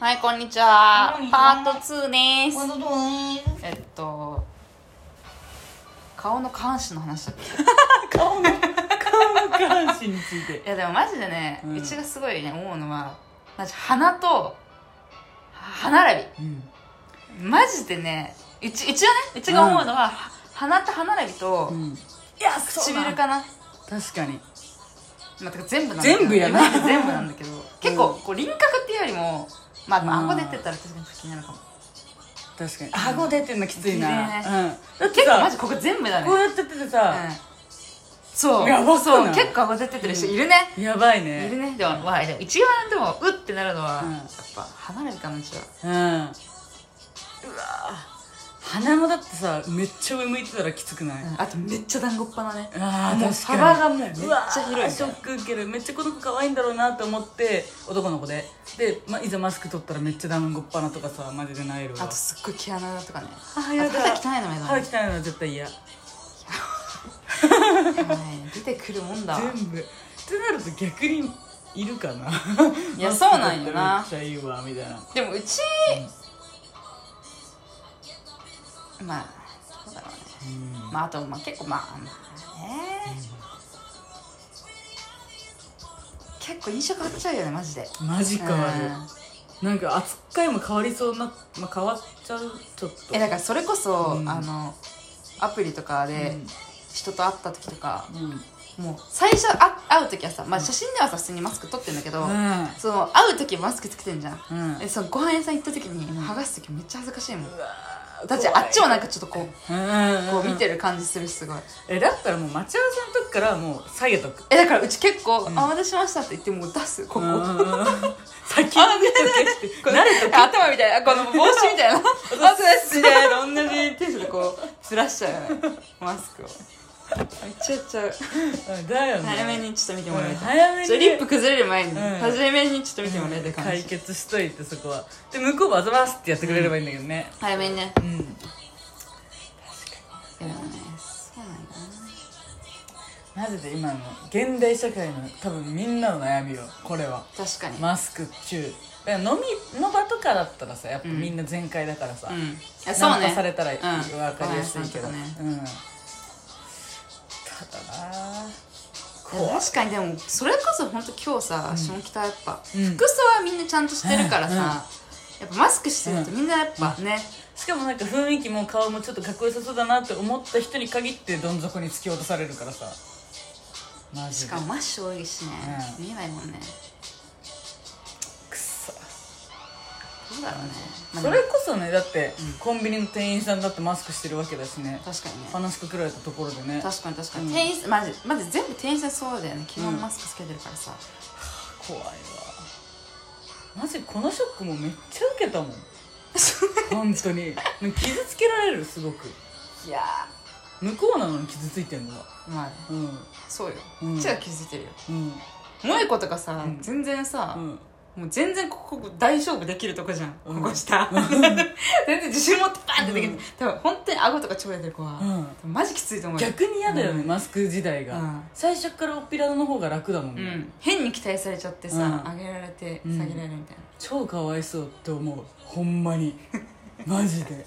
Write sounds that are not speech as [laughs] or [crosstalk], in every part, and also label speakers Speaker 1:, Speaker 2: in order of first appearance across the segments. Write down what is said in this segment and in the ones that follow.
Speaker 1: はい、こんにちは
Speaker 2: こんに。ち
Speaker 1: パ
Speaker 2: は
Speaker 1: ート2で
Speaker 2: 本
Speaker 1: す。
Speaker 2: 当どうです
Speaker 1: えっと、顔の関心の話だっけ
Speaker 2: 顔の顔の関心について
Speaker 1: いや、でもマジでね、
Speaker 2: う
Speaker 1: うんちがすごいね、思うのは、マジ鼻と、は歯並
Speaker 2: うん
Speaker 1: び。マジでね、うち、うちはね、うちが思うのは、は鼻と歯並びと、
Speaker 2: うん
Speaker 1: いや、唇かな。
Speaker 2: 確かに
Speaker 1: まあ、てか全部なんだ
Speaker 2: 全部やな
Speaker 1: 今まで全部なんだけど、結構、こう、輪郭っていうよりも、まあ、まあ
Speaker 2: うん
Speaker 1: 顎出てたら確かに気になるかも。
Speaker 2: 確かに顎出てんのきついな
Speaker 1: きつい
Speaker 2: うんだって
Speaker 1: 結構マ
Speaker 2: さ
Speaker 1: ジここ全部だね。
Speaker 2: こうやっててさ
Speaker 1: そう
Speaker 2: やばそ
Speaker 1: そ
Speaker 2: うな
Speaker 1: う結構泡立ててる人いるね、
Speaker 2: やばい
Speaker 1: い
Speaker 2: ね
Speaker 1: るねでも,、まあ、でも一番でもうってなるのは、
Speaker 2: うん
Speaker 1: やっぱ離れるかなうちは
Speaker 2: うんうわ鼻もだってさめっちゃ上向いてたらきつくない
Speaker 1: あとめっちゃ団子っぱなね
Speaker 2: あ
Speaker 1: もう
Speaker 2: 確かに
Speaker 1: 幅がもうめっち
Speaker 2: うわ
Speaker 1: ゃ広いみたい
Speaker 2: ショック受けるめっちゃこの子可愛いんだろうなと思って男の子でで、ま、いざマスク取ったらめっちゃ団子っ鼻とかさマジでなえるわ
Speaker 1: あとすっごい毛穴とかね
Speaker 2: あ
Speaker 1: あ
Speaker 2: や
Speaker 1: と
Speaker 2: だ
Speaker 1: 肌汚いの目
Speaker 2: 歯
Speaker 1: だ
Speaker 2: 汚
Speaker 1: ね
Speaker 2: いのは絶対嫌
Speaker 1: やばいね出てくるもんだわ
Speaker 2: 全部ってなると逆にいるかな
Speaker 1: いやそうなんよな
Speaker 2: マスク取ったらめっちゃいいわみたいな
Speaker 1: でもうち、まあどうだろうねまああとまあ結構まあまあね、結構印象変わっちゃうよねマジで
Speaker 2: マジ変わ
Speaker 1: うん
Speaker 2: るなんか扱いも変わりそうな、まあ、変わっちゃうちょっと
Speaker 1: えだからそれこそ、
Speaker 2: うん
Speaker 1: あのアプリとかで
Speaker 2: うん
Speaker 1: 人と会った時とか、
Speaker 2: うんうん
Speaker 1: もう最初あ会う時はさ、まあ、写真ではさ普通にマスク取ってんだけど、その会う時マスクつけてんじゃん、
Speaker 2: うん
Speaker 1: えそのご飯屋さん行った時に剥がす時めっちゃ恥ずかしいもん、だ
Speaker 2: だ
Speaker 1: ってあっちもなんかちょっとこうこ
Speaker 2: こ
Speaker 1: う見てる感じするしすごい
Speaker 2: えだったらもう待ち合わせの時からもう下げとく
Speaker 1: えだからうち結構「あお待たせしました」って言ってもう出すここ、
Speaker 2: うんうんうん先に出とけって
Speaker 1: これ
Speaker 2: 慣れとけ
Speaker 1: 頭みたいなこの帽子みたいなマスクみたいな同じ手でこうずらしちゃうよねマスクをめっちゃやっちゃう
Speaker 2: うんだよね
Speaker 1: 早めにちょっと見てもらいたい、
Speaker 2: 早めに
Speaker 1: ちょリップ崩れる前に、
Speaker 2: ん
Speaker 1: 初めにちょっと見てもらいたい感
Speaker 2: 解
Speaker 1: じ、
Speaker 2: 決しといてそこはで向こうもあざますってやってくれればいいんだけどね
Speaker 1: 早めにね
Speaker 2: うん、
Speaker 1: でもねそうなんだな
Speaker 2: マジで今の現代社会の多分みんなの悩みよこれは
Speaker 1: 確かに、
Speaker 2: マスク中だから飲みの場とかだったらさやっぱみんな全開だからさ、
Speaker 1: うんいやそ
Speaker 2: ナ
Speaker 1: う
Speaker 2: ン
Speaker 1: ね
Speaker 2: パされたら分かりやすいけど、
Speaker 1: う
Speaker 2: うん
Speaker 1: ご飯
Speaker 2: ん
Speaker 1: 屋さんとかね
Speaker 2: ただなあ
Speaker 1: いや確かにでもそれこそ本当今日さ、下北やっぱ、
Speaker 2: うん
Speaker 1: 服装はみんなちゃんとしてるからさ、
Speaker 2: うん
Speaker 1: やっぱマスクしてるとみんなやっぱね、
Speaker 2: しかもなんか雰囲気も顔もちょっとかっこよさそうだなって思った人に限ってどん底に突き落とされるからさマジ
Speaker 1: し
Speaker 2: で
Speaker 1: かもマッシュ多いしね、
Speaker 2: う
Speaker 1: 見えないもんね
Speaker 2: くっそ
Speaker 1: どうだろうね、まあ
Speaker 2: それこそねだって、コンビニの店員さんだってマスクしてるわけだしね
Speaker 1: 確かにね
Speaker 2: 話しかけられたところでね
Speaker 1: 確かに確かに、
Speaker 2: うん
Speaker 1: 店員さんまずまず全部店員さんそうだよね基本マスクつけてるからさ、
Speaker 2: 怖いわマジこのショックもめっちゃ受けたもん本当になんか傷つけられるすごく
Speaker 1: [laughs] いや
Speaker 2: 向こうなのに傷ついてんのが
Speaker 1: ーまあ
Speaker 2: うん
Speaker 1: そうよ、
Speaker 2: う
Speaker 1: うんちが気づいてるよ
Speaker 2: うん
Speaker 1: 萌子とかさ、
Speaker 2: うん
Speaker 1: 全然さ、
Speaker 2: うん
Speaker 1: もう全然ここ大丈夫できるとこじゃん、
Speaker 2: うん
Speaker 1: ここ下 [laughs] 全然自信持ってパンってできる、
Speaker 2: うん
Speaker 1: 多分本当に顎とか超えてる子は、マジきついと思うよ
Speaker 2: 逆に嫌だよね、
Speaker 1: う
Speaker 2: マスク時代が、
Speaker 1: うん
Speaker 2: 最初からおっぴらの方が楽だもん
Speaker 1: う
Speaker 2: ね、
Speaker 1: ん、変に期待されちゃってさ、
Speaker 2: うん
Speaker 1: 上げられて
Speaker 2: うん
Speaker 1: 下げられるみたい
Speaker 2: 超かわいそうって思うほん
Speaker 1: [laughs]
Speaker 2: まにマジで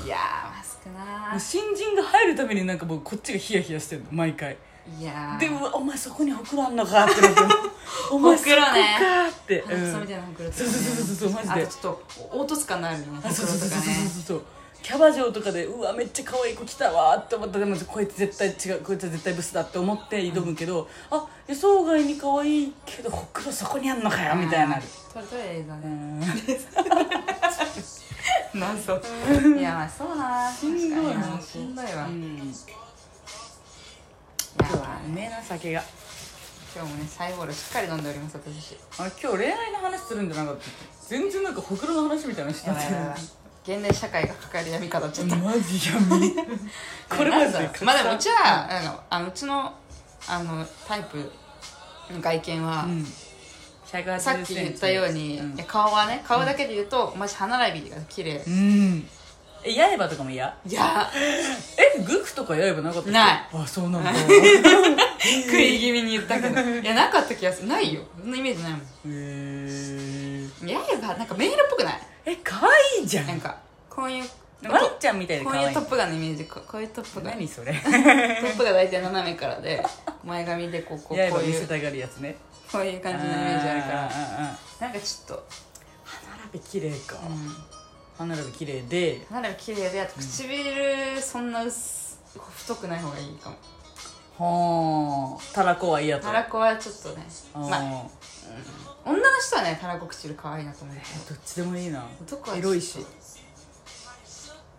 Speaker 1: な、いやーマスクな
Speaker 2: もう
Speaker 1: ー
Speaker 2: 新人が入るためになんか僕こっちがヒヤヒヤしてるの毎回
Speaker 1: いやー
Speaker 2: でうわお前そこにほくろあんのかっ
Speaker 1: [laughs]
Speaker 2: てなってお前
Speaker 1: ほ
Speaker 2: そ
Speaker 1: く
Speaker 2: こ
Speaker 1: ろね
Speaker 2: かーって、
Speaker 1: パン
Speaker 2: う
Speaker 1: ツ
Speaker 2: ん
Speaker 1: みたいなほくろとか
Speaker 2: そうそうそうそうマジで
Speaker 1: あとちょっと凹凸感のあるのほくろと
Speaker 2: あ
Speaker 1: かね
Speaker 2: そうそうそうそうそうそうキャバ嬢とかでうわめっちゃ可愛い子来たわーって思ったでもこいつ絶対違うこいつは絶対ブスだって思って挑むけど、あ予想外に可愛いけどほくろそこにあんのかよみたいになる
Speaker 1: 撮れ撮れ映像
Speaker 2: う
Speaker 1: ね
Speaker 2: ん
Speaker 1: 謎いやまあそうなし
Speaker 2: んどいな
Speaker 1: しんどいわ、い
Speaker 2: うん
Speaker 1: や
Speaker 2: 今日
Speaker 1: ま
Speaker 2: は
Speaker 1: あ
Speaker 2: ねな酒が
Speaker 1: 今日もねサイボールしっかり飲んでおります私
Speaker 2: あれ今日恋愛の話するんじゃなかったっけ全然なんかほくろの話みたいな話
Speaker 1: や
Speaker 2: に
Speaker 1: ば
Speaker 2: な
Speaker 1: やば
Speaker 2: いって
Speaker 1: いやばい現代社会が抱える闇方ちょっと
Speaker 2: るマジやめこれマ
Speaker 1: ま
Speaker 2: ジ
Speaker 1: ず
Speaker 2: で
Speaker 1: まあでもうちはなんかあのうちのあのタイプの外見は、
Speaker 2: うん
Speaker 1: さっき言ったように、
Speaker 2: うん
Speaker 1: いや顔はね顔だけで言うと、マジ歯並びが綺麗、
Speaker 2: うんえ刃とかも嫌
Speaker 1: いや
Speaker 2: えグフとか刃なかったっけ
Speaker 1: ない
Speaker 2: あそ
Speaker 1: [laughs]
Speaker 2: うなんだ
Speaker 1: 食い気味に言ったけどいやなかった気がするないよそんなイメージないもん
Speaker 2: へえ
Speaker 1: う八重がなんかメイルっぽくない
Speaker 2: え可愛いじゃん
Speaker 1: なんかこういう
Speaker 2: まりちゃんみたいで
Speaker 1: こ
Speaker 2: 可
Speaker 1: うい
Speaker 2: 愛
Speaker 1: う
Speaker 2: い
Speaker 1: トップガンのイメージここういうトップガン
Speaker 2: 何それ
Speaker 1: トップが大体斜めからで前髪でこうこうこう
Speaker 2: 刃見
Speaker 1: い
Speaker 2: せ
Speaker 1: う
Speaker 2: たがるやつね
Speaker 1: こういう感じのイメージあるから
Speaker 2: ら
Speaker 1: なんかちょっと、
Speaker 2: 歯並び綺麗か
Speaker 1: うん、
Speaker 2: 歯並び綺麗で
Speaker 1: 歯並び綺麗であと唇そんな薄太くない方がいいかも
Speaker 2: はあたらこはいいやと
Speaker 1: たらこはちょっとね
Speaker 2: うん
Speaker 1: まあ女の人はねたらこ唇可愛いなと思うけど
Speaker 2: どっちでもいいな
Speaker 1: 男は
Speaker 2: エロいし
Speaker 1: い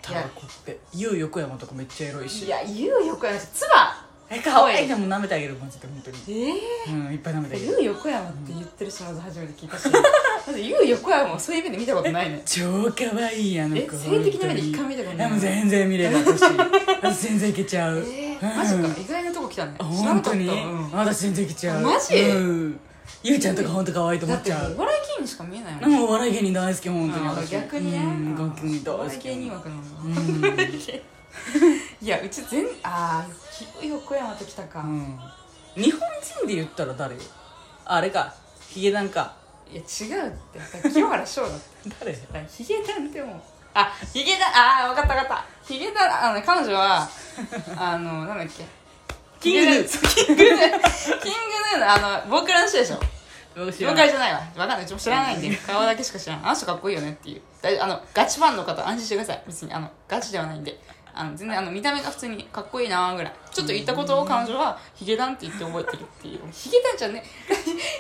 Speaker 2: た
Speaker 1: や
Speaker 2: らこってゆう横山とかめっちゃエロい
Speaker 1: い
Speaker 2: し
Speaker 1: や言う横山つば
Speaker 2: え可愛
Speaker 1: 可愛
Speaker 2: い
Speaker 1: い
Speaker 2: でも舐めてあげるマジで本当に
Speaker 1: ええ
Speaker 2: うんいっぱい舐めてあげ
Speaker 1: ゆ
Speaker 2: る
Speaker 1: う横山って言ってる人まず初めて聞い
Speaker 2: [laughs]
Speaker 1: たしまずゆう横山をそういう目で見たことないね
Speaker 2: 超可愛いあの子
Speaker 1: え性的な目で一回も見たことない
Speaker 2: でも全然見れない
Speaker 1: [laughs]
Speaker 2: 私私全然いけちゃう
Speaker 1: え
Speaker 2: う
Speaker 1: ー、
Speaker 2: ん
Speaker 1: マジか意外なとこ来たね
Speaker 2: あ
Speaker 1: 知らな
Speaker 2: 本
Speaker 1: か
Speaker 2: 当
Speaker 1: った
Speaker 2: に
Speaker 1: うん
Speaker 2: 私全然いけちゃう
Speaker 1: マジ
Speaker 2: うんゆうちゃんとか本当可愛いと思
Speaker 1: だ
Speaker 2: っ
Speaker 1: って
Speaker 2: ち
Speaker 1: も
Speaker 2: ゃ
Speaker 1: うお
Speaker 2: う
Speaker 1: 笑い芸人しか見えないもん
Speaker 2: でもお笑い芸人大好き本当に
Speaker 1: あ
Speaker 2: 私
Speaker 1: 逆にね
Speaker 2: うん
Speaker 1: うん
Speaker 2: 逆に大
Speaker 1: お
Speaker 2: 好
Speaker 1: 笑い
Speaker 2: き
Speaker 1: 芸人枠なんだ
Speaker 2: うん
Speaker 1: いやうち全ああゆう横山と来たか、
Speaker 2: うん日本人で言ったら誰よああれかヒゲダンか
Speaker 1: いや違うってだから清原翔だって [laughs]
Speaker 2: 誰
Speaker 1: だからヒゲダンでもあヒゲダンああ分かった分かったヒゲダンあの彼女 [laughs] はあのなんだっけ
Speaker 2: キングヌー
Speaker 1: ヒゲダンそうキングヌーキングヌーのあのボーカルの人でしょ
Speaker 2: どうし
Speaker 1: 了解じゃないわ分かんないうちも知らないんで顔だけしか知らないあの人かっこいいよねっていう大あのガチファンの方安心してください別にあのガチではないんであの全然あの見た目が普通にかっこいいなーぐらいちょっと言ったことを彼女はヒゲダンって言って覚えてるっていうヒゲダンじゃね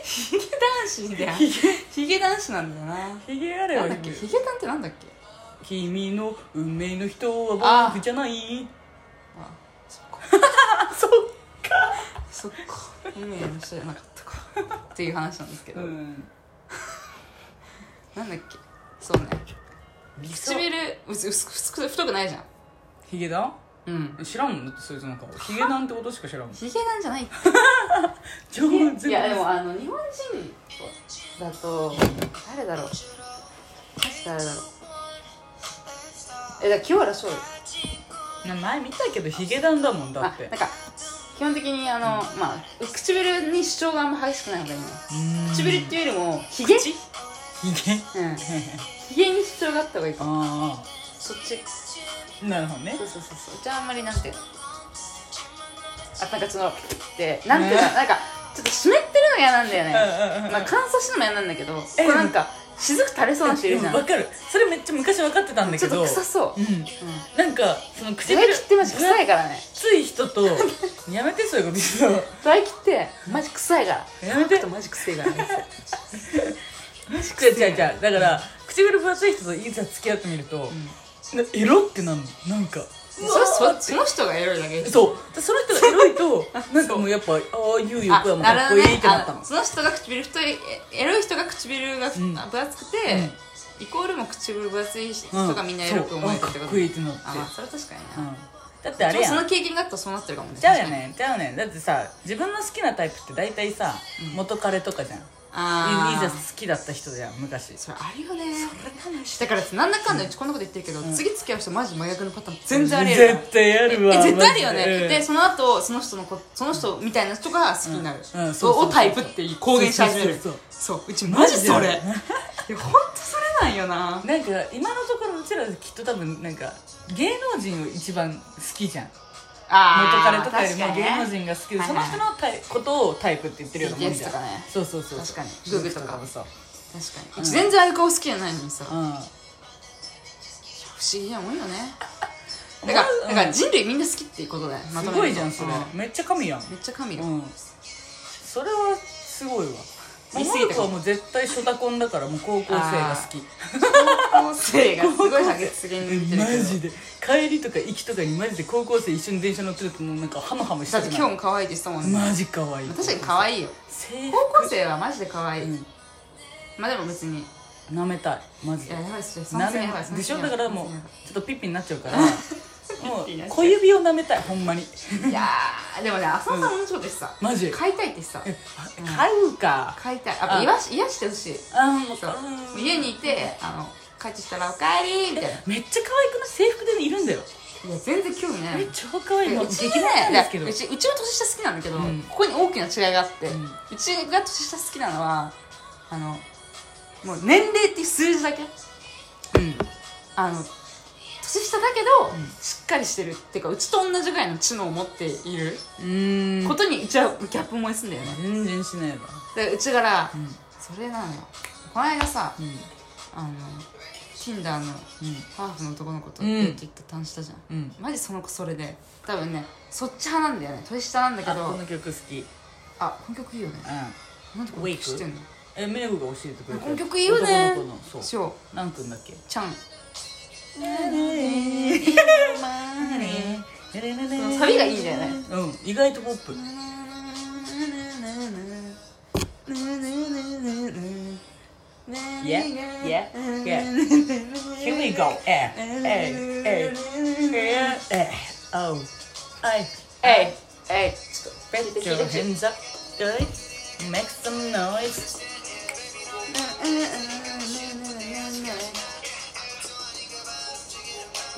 Speaker 1: ヒゲ男子だよヒゲ男子なんだよな
Speaker 2: ヒゲあれ
Speaker 1: なん
Speaker 2: は
Speaker 1: だっけヒゲダンってなんだっけ
Speaker 2: 君の運命の人は僕じゃない
Speaker 1: あそっか
Speaker 2: あそっ
Speaker 1: そっか運命の人じゃなかったかっていう話なんですけど、
Speaker 2: うん
Speaker 1: なんだっけそうね
Speaker 2: 理想
Speaker 1: 唇薄薄く太くないじゃん
Speaker 2: ヒゲダン
Speaker 1: うん
Speaker 2: 知らんもんだってそいつの顔ヒゲダンってことしか知らんもん
Speaker 1: ヒゲなんじゃないって
Speaker 2: 上手
Speaker 1: いやでもあの日本人だと誰だろう確か誰だろうえだから清原翔よ
Speaker 2: な前見たけどヒゲダンだもんだ
Speaker 1: まあ
Speaker 2: っ
Speaker 1: なん
Speaker 2: て
Speaker 1: か基本的にあの、まあ唇に主張があんま激しくないのがいいね唇っていうよりもヒゲ
Speaker 2: 口ヒゲ [laughs]
Speaker 1: うんヒゲに主張があった方がいいかも
Speaker 2: あ
Speaker 1: そっち
Speaker 2: あなるほどね
Speaker 1: そうそうそうそううちはあんまりなんていうのあなんかそのってなんていうの、
Speaker 2: ね
Speaker 1: なんかちょっと湿ってるのが嫌なんだよね、
Speaker 2: うんうんうん
Speaker 1: まあ乾燥してるのも嫌なんだけどこ
Speaker 2: え
Speaker 1: れなんか雫垂れそうな人いるじゃん
Speaker 2: わかるそれめっちゃ昔分かってたんだ
Speaker 1: ち
Speaker 2: け
Speaker 1: ょっ
Speaker 2: ど
Speaker 1: と臭そう
Speaker 2: う、ん
Speaker 1: うん、
Speaker 2: なんかその
Speaker 1: ド
Speaker 2: 唇
Speaker 1: ライキってマジ臭いからね
Speaker 2: 熱い
Speaker 1: [laughs]
Speaker 2: 人とやめてそういうこと言うの
Speaker 1: ドライキってマジ臭いから
Speaker 2: やめて
Speaker 1: ちょっとマジ臭いからね
Speaker 2: 違う違う違うだから唇分厚い人といざ付き合ってみると、なエロってなるのなんか
Speaker 1: そそその人がエロいだけで
Speaker 2: そうでその人がエロい [laughs] となんかもうやっぱああいうよくはもうかっこいいってなったの
Speaker 1: あその人が唇太いえエロい人が唇が
Speaker 2: ん
Speaker 1: 分厚くて、イコールも唇分厚い
Speaker 2: うん
Speaker 1: 人がみんなエロく思えるってこと
Speaker 2: そうあかっこいいってなって
Speaker 1: あまあそれは確かに
Speaker 2: う
Speaker 1: な、
Speaker 2: ん、だってあ
Speaker 1: で
Speaker 2: れ
Speaker 1: も
Speaker 2: や
Speaker 1: その
Speaker 2: ん
Speaker 1: 経験があったらそうなってるかもね
Speaker 2: ちゃうよねちゃうよねだってさ自分の好きなタイプって大体さ、元彼とかじゃん
Speaker 1: あ
Speaker 2: い
Speaker 1: あ
Speaker 2: ざ好きだった人じゃん昔
Speaker 1: それあるよねだからなんだかんだうちこんなこと言ってるけど、次付き合う人マジ真逆のパターン全然ありえるから
Speaker 2: 絶対あるわ
Speaker 1: え絶対あるよね、
Speaker 2: マジ
Speaker 1: で
Speaker 2: で
Speaker 1: その後その人のこその人みたいな人が好きになる、
Speaker 2: うんうんそうそうそう
Speaker 1: をタイプって公言し始める
Speaker 2: そうそう
Speaker 1: そううちマジそ
Speaker 2: マジ
Speaker 1: れ
Speaker 2: だよ
Speaker 1: いや本当それなんよな
Speaker 2: なんか今のところうちらきっと多分なんか芸能人を一番好きじゃん元
Speaker 1: あ
Speaker 2: 彼とかよりも
Speaker 1: 確かに
Speaker 2: 芸
Speaker 1: ね
Speaker 2: 能人が好きで、
Speaker 1: はい
Speaker 2: そ
Speaker 1: は
Speaker 2: の
Speaker 1: い
Speaker 2: 人のタイことをタイプって言ってるようなもんじゃ
Speaker 1: BTS
Speaker 2: ん
Speaker 1: とかね
Speaker 2: そうそうそうそう
Speaker 1: 確かに
Speaker 2: そう
Speaker 1: Google とか
Speaker 2: もさ
Speaker 1: 確かにうち全然ああいう顔好きじゃないのにさ、
Speaker 2: う
Speaker 1: 不
Speaker 2: ん
Speaker 1: 思議なもんよね
Speaker 2: [laughs]
Speaker 1: だから,、
Speaker 2: うん
Speaker 1: だから人類みんな好きっていうことだよますとめると
Speaker 2: ごいじゃんそれ、
Speaker 1: う
Speaker 2: めっちゃ神やん
Speaker 1: めっちゃ神よ、
Speaker 2: うんそれはすごいわ
Speaker 1: 見
Speaker 2: も
Speaker 1: 過ぎて
Speaker 2: うマル
Speaker 1: か
Speaker 2: コ
Speaker 1: も
Speaker 2: はもう絶対ショタコンだからもう高校生が好き
Speaker 1: 高校生がすごい激しげに見てる
Speaker 2: マ
Speaker 1: けど
Speaker 2: ジで帰りとか行きとかにマジで高校生一緒に電車乗ってるともうなんかハムハムして
Speaker 1: だ
Speaker 2: る
Speaker 1: って今日も可愛いって言ってたもんね
Speaker 2: マジ可愛い
Speaker 1: 確かに可
Speaker 2: い
Speaker 1: 愛いよ
Speaker 2: 制
Speaker 1: 高校生はマジで可愛い、
Speaker 2: うん
Speaker 1: まあでも別にい
Speaker 2: 服舐めたいマジで
Speaker 1: ややばいっすよ
Speaker 2: 舐めま
Speaker 1: い
Speaker 2: すでしょだからもうちょっとピッピになっちゃうから
Speaker 1: [laughs]
Speaker 2: もう
Speaker 1: ピになっちゃう
Speaker 2: 小指を舐めたいほんまに
Speaker 1: いやーでもね浅野さんもちょっとさ
Speaker 2: マジ
Speaker 1: 買いたいってさ
Speaker 2: え買うか
Speaker 1: 買いたいやっぱ
Speaker 2: あ
Speaker 1: 癒やし癒やしてほしい
Speaker 2: あもう
Speaker 1: そう
Speaker 2: うん
Speaker 1: 家にいてあの帰ってきたら「おかえり」みたいない
Speaker 2: めっちゃ可愛くない制服でいるんだよ
Speaker 1: や全然興味ない
Speaker 2: え
Speaker 1: う
Speaker 2: 超可愛いもう
Speaker 1: ち
Speaker 2: 激
Speaker 1: ね
Speaker 2: 萌なんですけ
Speaker 1: い
Speaker 2: ど
Speaker 1: やうちうちは年下好きなんだけど、
Speaker 2: うん
Speaker 1: ここに大きな違いがあって、
Speaker 2: う
Speaker 1: うんちが年下好きなのはあのもう年齢っていう数字だけ
Speaker 2: うん
Speaker 1: あの年下だけど、しっかりしてるっていうかうちと同じぐらいの知能を持っている
Speaker 2: うん
Speaker 1: ことにうちはギャップ思いすんだよね
Speaker 2: 全然しないわ
Speaker 1: でうちから、
Speaker 2: ん
Speaker 1: それなのよこの間さ
Speaker 2: うん
Speaker 1: あの Tinder の
Speaker 2: う
Speaker 1: ハーフの男の子と
Speaker 2: うん
Speaker 1: デート行った単したじゃん、
Speaker 2: んうん
Speaker 1: マジその子それで多分ねそっち派なんだよね年下なんだけ
Speaker 2: あ
Speaker 1: ど
Speaker 2: この曲好きうん
Speaker 1: あこの曲いいよねなんでこの曲知ってんの
Speaker 2: えみなこが教えてくれた
Speaker 1: この曲いいよね
Speaker 2: 男の子のそ
Speaker 1: 翔
Speaker 2: うなんくんだっけ
Speaker 1: ちゃん
Speaker 2: サ
Speaker 1: サビがいいんだよね
Speaker 2: うん意外とポップ
Speaker 1: Here
Speaker 2: Here we go えええええええおうはい
Speaker 1: えいえい
Speaker 2: ちょっとベッドの変座はい Make some noise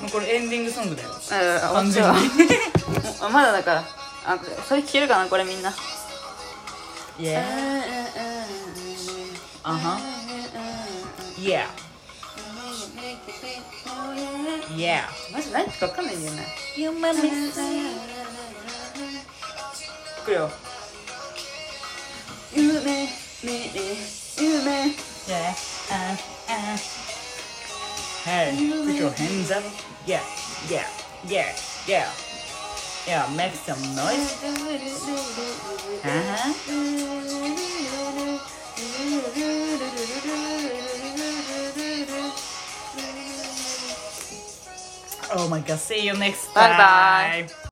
Speaker 2: もうこれエンディングソングだよ
Speaker 1: あ
Speaker 2: 完
Speaker 1: 完
Speaker 2: 全
Speaker 1: 全
Speaker 2: に
Speaker 1: はまだだからあそれ聞けるかなこれみんな
Speaker 2: [laughs] Yeah あ
Speaker 1: Uh-huh.
Speaker 2: は Yeah Yeah
Speaker 1: マジ何言ってか分かんないんだよね
Speaker 2: You my m i s
Speaker 1: 行くよ夢夢夢
Speaker 2: Yeah uh, uh. Hey put your hands up Yeah Yeah Yeah Yeah Yeah make some noise あは
Speaker 1: バ
Speaker 2: Oh my god, see you next time.
Speaker 1: Bye bye.